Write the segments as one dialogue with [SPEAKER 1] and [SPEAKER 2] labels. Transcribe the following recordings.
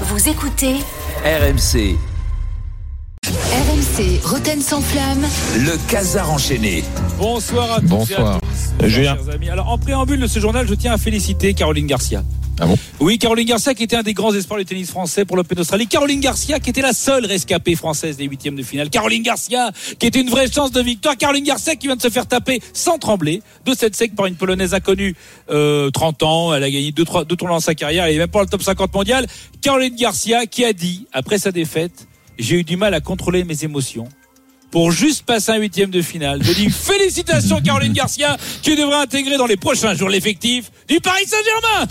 [SPEAKER 1] Vous écoutez
[SPEAKER 2] RMC,
[SPEAKER 1] RMC Roten sans flamme.
[SPEAKER 2] le casar enchaîné.
[SPEAKER 3] Bonsoir à tous
[SPEAKER 4] Bonsoir.
[SPEAKER 3] et à tous,
[SPEAKER 4] Julien.
[SPEAKER 3] chers amis. Alors, en préambule de ce journal, je tiens à féliciter Caroline Garcia.
[SPEAKER 4] Ah bon
[SPEAKER 3] Oui, Caroline Garcia qui était un des grands espoirs du tennis français pour l'Open d'Australie. Caroline Garcia qui était la seule rescapée française des huitièmes de finale. Caroline Garcia qui était une vraie chance de victoire. Caroline Garcia qui vient de se faire taper sans trembler de cette sec par une Polonaise inconnue. Euh, 30 ans, elle a gagné deux, trois, deux tournois dans sa carrière, elle est même pas dans le top 50 mondial. Caroline Garcia qui a dit, après sa défaite, j'ai eu du mal à contrôler mes émotions pour juste passer un huitième de finale. Je dis félicitations Caroline Garcia qui devrait intégrer dans les prochains jours l'effectif du Paris Saint-Germain.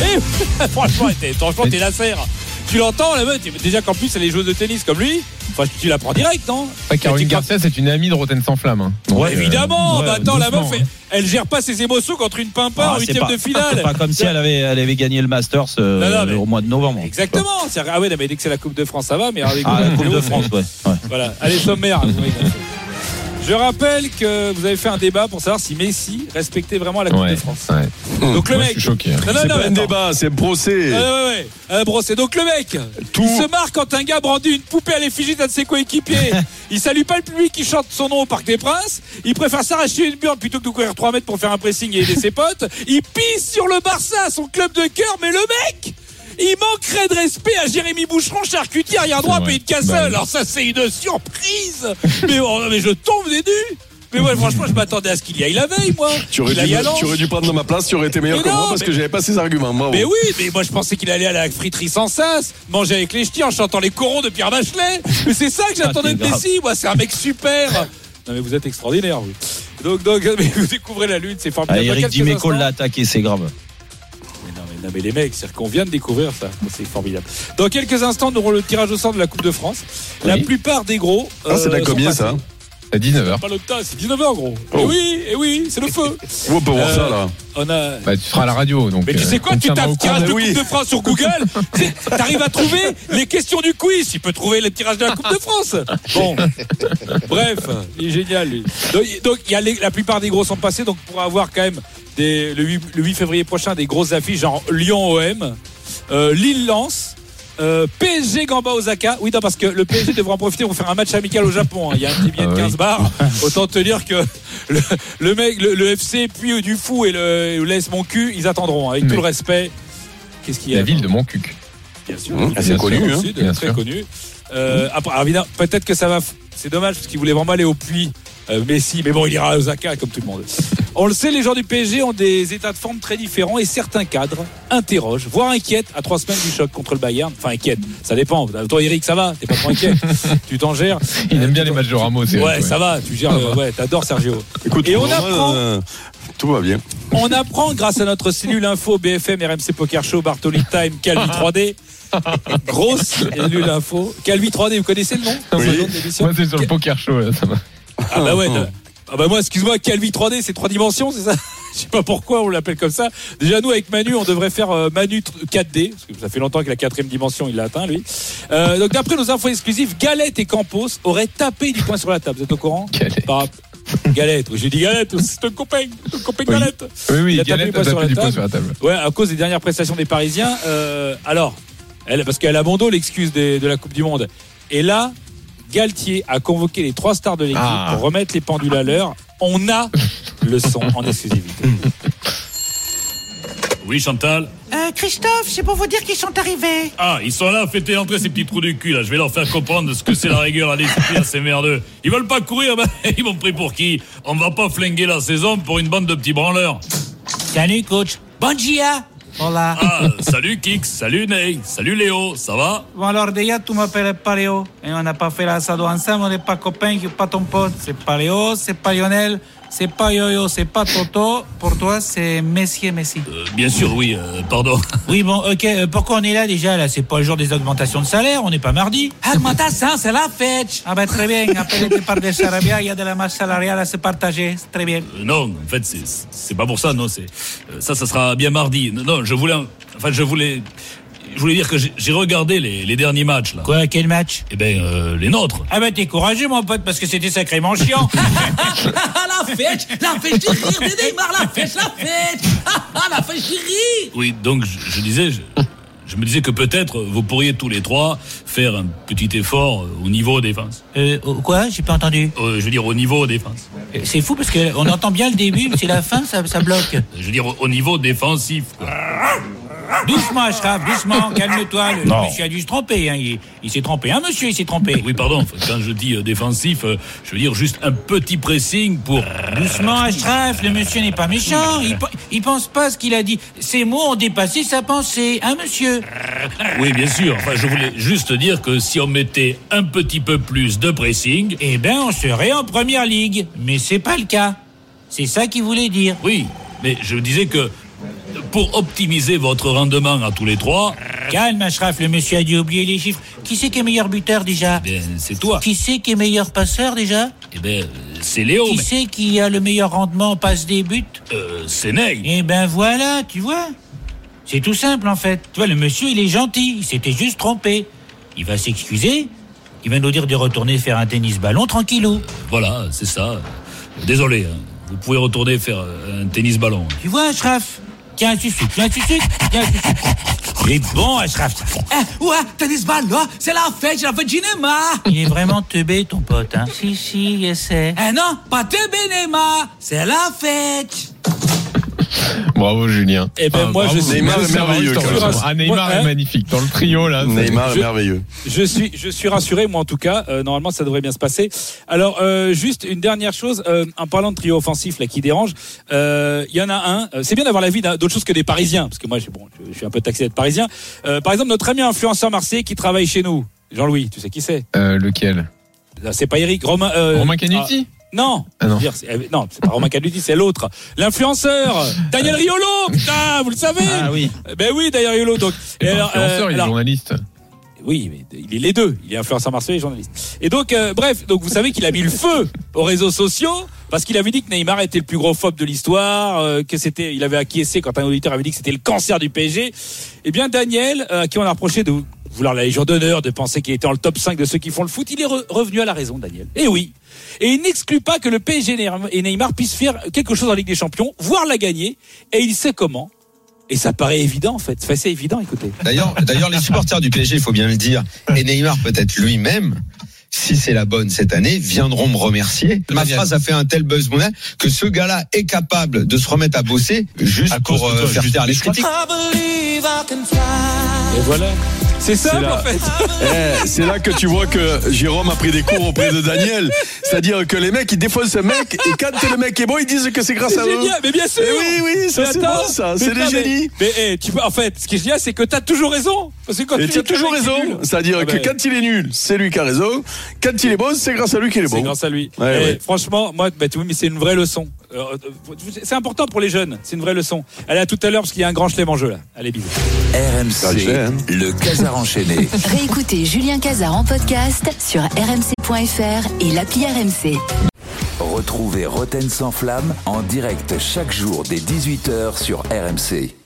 [SPEAKER 3] Et franchement, t'es, franchement, t'es la serre. Tu l'entends, la meuf, t'es- déjà qu'en plus elle est joueuse de tennis comme lui. Enfin, tu- tu la prends direct, non
[SPEAKER 4] Ouais, Caroline
[SPEAKER 3] Tu crois-
[SPEAKER 4] Garcia, c'est une amie de Roten sans flamme. hein. Donc,
[SPEAKER 3] Ouais,
[SPEAKER 4] euh,
[SPEAKER 3] évidemment.
[SPEAKER 5] ouais,
[SPEAKER 3] bah, attends, la meuf,
[SPEAKER 5] doucement, hein.
[SPEAKER 3] elle,
[SPEAKER 4] hein.
[SPEAKER 3] elle gère pas ses émotions contre une pimpin
[SPEAKER 5] Ah,
[SPEAKER 3] en
[SPEAKER 5] c'est
[SPEAKER 3] huitième
[SPEAKER 5] pas-
[SPEAKER 3] de finale.
[SPEAKER 5] C'est pas comme si elle avait, elle avait gagné le Masters euh,
[SPEAKER 3] Non, non, mais-
[SPEAKER 5] au mois de novembre.
[SPEAKER 3] Exactement. C'est- Ah ouais, non, mais dès que c'est la Coupe de France, ça va. Mais alors, les
[SPEAKER 5] Ah, la
[SPEAKER 3] Coupes
[SPEAKER 5] Coupe de
[SPEAKER 3] Vidéo,
[SPEAKER 5] France, ouais. Ah, ouais.
[SPEAKER 3] Voilà, allez sommaire. vous avez compris. Je rappelle que vous avez fait un débat pour savoir si Messi respectait vraiment la Coupe
[SPEAKER 4] Ouais,
[SPEAKER 3] de France.
[SPEAKER 4] ouais.
[SPEAKER 3] Donc le
[SPEAKER 4] Moi,
[SPEAKER 3] mec.
[SPEAKER 4] je suis choqué. hein.
[SPEAKER 3] Non, non,
[SPEAKER 6] C'est
[SPEAKER 3] non,
[SPEAKER 6] pas un
[SPEAKER 3] attends.
[SPEAKER 6] débat, c'est un procès.
[SPEAKER 3] Ah, ouais, ouais, ouais. Euh, brossé. Donc le mec,
[SPEAKER 6] Tout-
[SPEAKER 3] il se marre quand un gars brandit une poupée à l'effigie d'un de ses coéquipiers. il salue pas le public qui chante son nom au Parc des Princes. Il préfère s'arracher une burne plutôt que de courir 3 mètres pour faire un pressing et aider ses potes. Il pisse sur le Barça, son club de cœur, mais le mec il manquerait de respect à Jérémy Boucheron, charcutier, arrière droit,
[SPEAKER 4] C'est vrai.
[SPEAKER 3] pays de Cassel.
[SPEAKER 4] Bah oui.
[SPEAKER 3] Alors ça, c'est une surprise. mais, bon, non, mais je tombe des nues. Mais moi, franchement, je m'attendais à ce qu'il y aille la veille, moi.
[SPEAKER 6] Tu aurais,
[SPEAKER 3] Qu'il
[SPEAKER 6] dû,
[SPEAKER 3] aille à Lens.
[SPEAKER 6] tu aurais dû prendre ma place, tu aurais été meilleur
[SPEAKER 3] Mais
[SPEAKER 6] que moi
[SPEAKER 3] non,
[SPEAKER 6] parce
[SPEAKER 3] mais-
[SPEAKER 6] que j'avais pas ces arguments. bravo.
[SPEAKER 5] Oh.
[SPEAKER 3] Mais oui, mais moi je pensais qu'il allait à la friterie sans sas, manger avec les ch'tis en chantant les corons de Pierre Bachelet. Mais c'est ça que j'attendais
[SPEAKER 5] Ah,
[SPEAKER 3] de
[SPEAKER 5] t'es grave.
[SPEAKER 3] Messi. Moi, c'est un mec super. Non, mais vous êtes extraordinaire, vous. Donc, donc, mais vous découvrez la lune, c'est
[SPEAKER 5] Ah,
[SPEAKER 3] formidable. Dans
[SPEAKER 5] Eric
[SPEAKER 3] quelques
[SPEAKER 5] Dimeco
[SPEAKER 3] instants-
[SPEAKER 5] l'a attaqué, c'est grave.
[SPEAKER 3] Mais non, mais, non, mais les mecs, c'est qu'on vient de découvrir ça. C'est formidable. Dans quelques instants, nous aurons le tirage au sort de la Coupe de France. La
[SPEAKER 4] Oui.
[SPEAKER 3] plupart des gros. euh,
[SPEAKER 6] Ah, c'est la
[SPEAKER 3] sont
[SPEAKER 6] combien,
[SPEAKER 3] passés.
[SPEAKER 6] ça
[SPEAKER 4] À 19h.
[SPEAKER 3] Pas l'octa, c'est 19h, gros.
[SPEAKER 6] Oh.
[SPEAKER 3] Et oui, et oui, c'est le feu.
[SPEAKER 6] On peut voir
[SPEAKER 3] Euh,
[SPEAKER 6] ça là.
[SPEAKER 3] On a.
[SPEAKER 4] Bah, tu seras à la radio. Donc,
[SPEAKER 3] Mais tu
[SPEAKER 4] euh,
[SPEAKER 3] sais quoi,
[SPEAKER 4] on
[SPEAKER 3] tu
[SPEAKER 4] tiendra au
[SPEAKER 3] tapes tirage de
[SPEAKER 4] courant.
[SPEAKER 6] oui.
[SPEAKER 3] Coupe de France sur Google, tu sais, t'arrives à trouver les questions du quiz, il peut trouver le tirage de la Coupe de France. Bon, bref, il est génial lui. Donc, il- donc, il y a les- la plupart des gros sont passés, donc pour avoir quand même des- le, 8, le 8 février prochain des grosses affiches genre Lyon-OM, Lille-Lens. euh, PSG Gamba Osaka, oui non parce que le PSG devra en profiter pour faire un match amical au Japon. hein. Il y a un petit billet
[SPEAKER 4] Ah
[SPEAKER 3] de
[SPEAKER 4] oui.
[SPEAKER 3] 15 barres. Autant te dire que le, le mec, le, le FC puis du fou et le laisse mon cul, ils attendront hein, avec tout
[SPEAKER 4] Mais-
[SPEAKER 3] le respect. Qu'est-ce qu'il y a
[SPEAKER 4] La ville de Moncuc.
[SPEAKER 3] Bien sûr.
[SPEAKER 6] Mmh,
[SPEAKER 4] c'est connu,
[SPEAKER 3] Bien
[SPEAKER 4] hein.
[SPEAKER 3] sûr,
[SPEAKER 4] Bien
[SPEAKER 3] très
[SPEAKER 4] sûr.
[SPEAKER 3] connu. Euh, après, alors, évidemment, peut-être que ça va. f- C'est dommage parce qu'il voulait vraiment aller au puits. euh, Messi, mais bon, il ira à Osaka comme tout le monde. On le sait, les gens du PSG ont des états de forme très différents et certains cadres interrogent, voire inquiètent à trois semaines du choc contre le Bayern. Enfin, inquiète, ça dépend. Euh, Toi, Eric, ça va, t'es pas trop inquiet, tu t'en gères.
[SPEAKER 4] Il
[SPEAKER 3] Euh,
[SPEAKER 4] aime bien
[SPEAKER 3] tu-
[SPEAKER 4] les matchs de Ramos.
[SPEAKER 3] Ouais,
[SPEAKER 4] Eric, ouais.
[SPEAKER 3] ça va, tu gères, le- ouais, t'adores Sergio.
[SPEAKER 6] Écoute,
[SPEAKER 3] Et on
[SPEAKER 6] pour le moment,
[SPEAKER 3] apprend-
[SPEAKER 6] euh, tout va bien.
[SPEAKER 3] On apprend grâce à notre cellule info BFM, RMC Poker Show, Bartoli Time, Calvi 3D. Grosse cellule info. Calvi 3D, vous connaissez le nom
[SPEAKER 4] Oui.
[SPEAKER 3] Le nom de l'émission
[SPEAKER 4] Moi, c'est sur le poker show. Là, ça va.
[SPEAKER 3] Ah bah ouais. t'as- Ah bah moi, excuse-moi, Calvi 3D, c'est trois dimensions, c'est ça Je sais pas pourquoi on l'appelle comme ça. Déjà, nous, avec Manu, on devrait faire euh, Manu tr- 4D, parce que ça fait longtemps que la quatrième dimension, il l'a atteint, lui. Euh, donc, d'après nos infos exclusives, Galette et Campos auraient tapé du poing sur la table. Vous êtes au courant
[SPEAKER 4] Galette.
[SPEAKER 3] Par- Galette, oui, j'ai dit Galette, c'est ton copain, ton copain
[SPEAKER 4] Oui.
[SPEAKER 3] Galette.
[SPEAKER 4] Oui,
[SPEAKER 3] Il
[SPEAKER 4] oui,
[SPEAKER 3] a tapé
[SPEAKER 4] Galette
[SPEAKER 3] quoi
[SPEAKER 4] a
[SPEAKER 3] sur la
[SPEAKER 4] tapé du poing
[SPEAKER 3] table
[SPEAKER 4] sur la table.
[SPEAKER 3] Ouais, à cause des dernières prestations des Parisiens. euh, alors, elle, parce qu'elle a bon dos l'excuse des- de la Coupe du Monde. Et là, Galtier a convoqué les trois stars de l'équipe
[SPEAKER 4] Ah.
[SPEAKER 3] pour remettre les pendules à l'heure. On a le son en exclusivité.
[SPEAKER 7] Oui, Chantal
[SPEAKER 8] Euh, Christophe, c'est pour vous dire qu'ils sont arrivés.
[SPEAKER 7] Ah, ils sont là à fêter l'entrée, ces petits trous du cul, là. Je vais leur faire comprendre ce que c'est la rigueur à l'esprit à ces merdeux. Ils veulent pas courir, ben, ils m'ont pris pour qui On va pas flinguer la saison pour une bande de petits branleurs.
[SPEAKER 5] Salut, coach.
[SPEAKER 8] Bon dia. Hola.
[SPEAKER 7] Ah, salut Kix, salut Ney, salut Léo, ça va
[SPEAKER 8] Bon alors déjà, tu m'appelles Paléo. Et on n'a pas fait l'assado ensemble, on n'est pas copains, je suis pas ton pote. C'est Paléo, c'est pas Lionel, c'est pas Yo-Yo, c'est pas Toto. Pour toi, c'est Messier Messi.
[SPEAKER 7] Euh, Bien sûr, oui, euh, pardon.
[SPEAKER 8] Oui, bon, ok, euh, pourquoi on est là déjà Là, c'est pas le jour des augmentations de salaire, on n'est pas mardi. Augmentation, c'est la fête Ah ben très bien, après le départ de Sarabia, il y a de la masse salariale à se partager, c'est très bien.
[SPEAKER 7] Euh, non, en fait, c'est- c'est pas pour ça, non, c'est. euh, Ça, ça sera bien mardi. Non, Non, je voulais. en- Enfin, je voulais. Je voulais dire que j'ai j'ai regardé les, les derniers matchs, là.
[SPEAKER 8] Quoi, quel match
[SPEAKER 7] Eh ben, euh, les nôtres.
[SPEAKER 8] Ah ben t'es courageux mon pote parce que c'était sacrément chiant. Ah, la fête, la fête du rire de Neymar, Ah, la fête, la fête, la fête du rire.
[SPEAKER 7] Oui, donc je, je disais, je, Je me disais que peut-être euh, vous pourriez tous les trois faire un petit effort au niveau défense.
[SPEAKER 5] Euh, oh, quoi J'ai pas entendu.
[SPEAKER 7] Euh, je veux dire au niveau défense.
[SPEAKER 5] Euh, C'est fou parce qu'on entend bien le début, mais c'est la fin, ça, ça bloque.
[SPEAKER 7] Je veux dire au- au niveau défensif. quoi.
[SPEAKER 8] Doucement, Ashraf, doucement, calme-toi. Le monsieur a dû se tromper. hein. Il, il s'est trompé, hein, monsieur, il s'est trompé.
[SPEAKER 7] Oui, pardon. Quand je dis euh, défensif, euh, je veux dire juste un petit pressing pour.
[SPEAKER 8] Doucement, Ashraf, le monsieur n'est pas méchant. Il, pe- il pense pas ce qu'il a dit. Ses mots ont dépassé sa pensée, hein, monsieur
[SPEAKER 7] Oui, bien sûr. Enfin, je voulais juste dire que si on mettait un petit peu plus de pressing,
[SPEAKER 8] Eh ben, on serait en première ligue. Mais c'est pas le cas. C'est ça qu'il voulait dire.
[SPEAKER 7] oui. Mais je disais que pour optimiser votre rendement à tous les trois,
[SPEAKER 8] Calme, Ashraf, le monsieur a dû oublier les chiffres. Qui c'est qui est meilleur buteur déjà
[SPEAKER 7] eh bien, c'est toi.
[SPEAKER 8] Qui c'est qui est meilleur passeur déjà
[SPEAKER 7] Eh bien, c'est Léo.
[SPEAKER 8] Qui
[SPEAKER 7] Oh, mais,
[SPEAKER 8] c'est qui a le meilleur rendement en passe des buts
[SPEAKER 7] euh, c'est Ney.
[SPEAKER 8] Eh ben voilà, tu vois. C'est tout simple en fait. Tu vois, le monsieur, il est gentil. Il s'était juste trompé. Il va s'excuser. Il va nous dire de retourner faire un tennis ballon tranquillou.
[SPEAKER 7] Voilà, c'est ça. Désolé. hein. Vous pouvez retourner faire euh, un tennis ballon.
[SPEAKER 8] Tu vois, Ashraf Tiens, tu sucres, tiens, tu sucres, tiens, tu sucres. Il est bon, Ashraf. Eh, ouais, tennis ballon, c'est la fête, c'est la fête cinéma. Il est vraiment teubé, ton pote, hein. Si, si, je sais. Eh non, pas teubé, Neymar, c'est la fête.
[SPEAKER 4] Bravo, Julien.
[SPEAKER 3] Eh ben, moi, je suis-
[SPEAKER 6] Neymar
[SPEAKER 4] Ah, Neymar
[SPEAKER 6] est merveilleux, quand même.
[SPEAKER 4] Ah, Neymar
[SPEAKER 3] Ouais,
[SPEAKER 4] est
[SPEAKER 3] hein.
[SPEAKER 4] magnifique. Dans le trio, là. c'est-
[SPEAKER 6] Neymar
[SPEAKER 3] Je-
[SPEAKER 6] est merveilleux.
[SPEAKER 3] Je suis, je suis rassuré, moi en tout cas. Euh, normalement, ça devrait bien se passer. Alors, euh, juste une dernière chose, euh, en parlant de trio offensif là qui dérange, euh, il y en a un. euh, c'est bien d'avoir l'avis d'un- d'autre chose que des Parisiens, parce que moi, j'ai- bon, je, je suis un peu taxé d'être Parisien. Euh, par exemple, notre ami influenceur marseillais qui travaille chez nous, Jean-Louis. Tu sais qui c'est
[SPEAKER 4] Euh, lequel
[SPEAKER 3] Là, C'est pas Eric, Romain. euh,
[SPEAKER 4] Romain Canuti
[SPEAKER 3] ah, non,
[SPEAKER 4] Ah, non.
[SPEAKER 3] Je veux dire, c'est- euh, non, c'est pas Romain Canuti, c'est l'autre, l'influenceur
[SPEAKER 4] Ah,
[SPEAKER 3] Daniel Riolo. Putain, vous le savez
[SPEAKER 5] Ah oui.
[SPEAKER 3] Ben oui, Daniel Riolo. Donc,
[SPEAKER 4] Eh ben,
[SPEAKER 3] Et alors, euh,
[SPEAKER 4] influenceur, il est
[SPEAKER 3] alors,
[SPEAKER 4] journaliste.
[SPEAKER 3] oui, mais il est les deux. Il est influenceur marseillais et journaliste. Et donc, euh, bref, donc vous savez qu'il a mis le feu aux réseaux sociaux parce qu'il avait dit que Neymar était le plus gros phobe de l'histoire, euh, que c'était, il avait acquiescé quand un auditeur avait dit que c'était le cancer du PSG. Eh bien, Daniel, euh, à qui on a reproché de vouloir la Légion d'honneur, de penser qu'il était dans le top 5 de ceux qui font le foot, il est re- revenu à la raison, Daniel. Et oui. Et il n'exclut pas que le PSG et Neymar puissent faire quelque chose en Ligue des Champions, voire la gagner. Et il sait comment. Et ça paraît évident, en fait. Enfin, c'est évident, écoutez.
[SPEAKER 9] D'ailleurs, d'ailleurs, les supporters du PSG, il faut bien le dire, et Neymar peut-être lui-même, si c'est la bonne cette année, viendront me remercier. Ma phrase a fait un tel buzz mondial que ce gars-là est capable de se remettre à bosser juste
[SPEAKER 7] À cause
[SPEAKER 9] pour
[SPEAKER 7] de toi,
[SPEAKER 9] euh, faire
[SPEAKER 7] juste-
[SPEAKER 9] taire les
[SPEAKER 7] je crois
[SPEAKER 9] critiques.
[SPEAKER 3] Et voilà. C'est simple,
[SPEAKER 6] là.
[SPEAKER 3] en fait.
[SPEAKER 6] Eh, c'est là que tu vois que Jérôme a pris des cours auprès de Daniel. C'est-à-dire que les mecs, ils défendent ce mec, et quand le mec est bon, ils disent que c'est grâce à
[SPEAKER 3] C'est
[SPEAKER 6] eux.
[SPEAKER 3] génial, mais bien sûr.
[SPEAKER 6] Eh oui, oui, ça
[SPEAKER 3] Mais
[SPEAKER 6] c'est
[SPEAKER 3] attends,
[SPEAKER 6] bon, ça,
[SPEAKER 3] mais
[SPEAKER 6] c'est des
[SPEAKER 3] non, mais-
[SPEAKER 6] génies.
[SPEAKER 3] Mais, eh, tu peux, en fait, ce qui est génial, c'est que t'as toujours raison. Parce que quand
[SPEAKER 6] Et
[SPEAKER 3] tu
[SPEAKER 6] tu as
[SPEAKER 3] dis que le
[SPEAKER 6] toujours
[SPEAKER 3] mec est nul,
[SPEAKER 6] raison. C'est-à-dire
[SPEAKER 3] ah
[SPEAKER 6] que
[SPEAKER 3] ben,
[SPEAKER 6] quand il est nul, c'est lui qui a raison. Quand il est bon, c'est grâce à lui qu'il est
[SPEAKER 3] c'est
[SPEAKER 6] bon.
[SPEAKER 3] grâce à lui.
[SPEAKER 6] Ouais,
[SPEAKER 3] Eh,
[SPEAKER 6] ouais.
[SPEAKER 3] Franchement, moi, bah, tu- oui, mais c'est une vraie leçon. Euh, euh, c'est important pour les jeunes. C'est une vraie leçon. Allez, à tout à l'heure, parce qu'il y a un grand chelem en jeu, là. Allez, bisous.
[SPEAKER 6] Ça
[SPEAKER 2] RMC,
[SPEAKER 6] le fait, hein.
[SPEAKER 2] le Casar enchaîné.
[SPEAKER 1] Réécoutez Julien Cazard en podcast sur rmc.fr et l'appli RMC.
[SPEAKER 2] Retrouvez Roten sans flamme en direct chaque jour dès 18h sur RMC.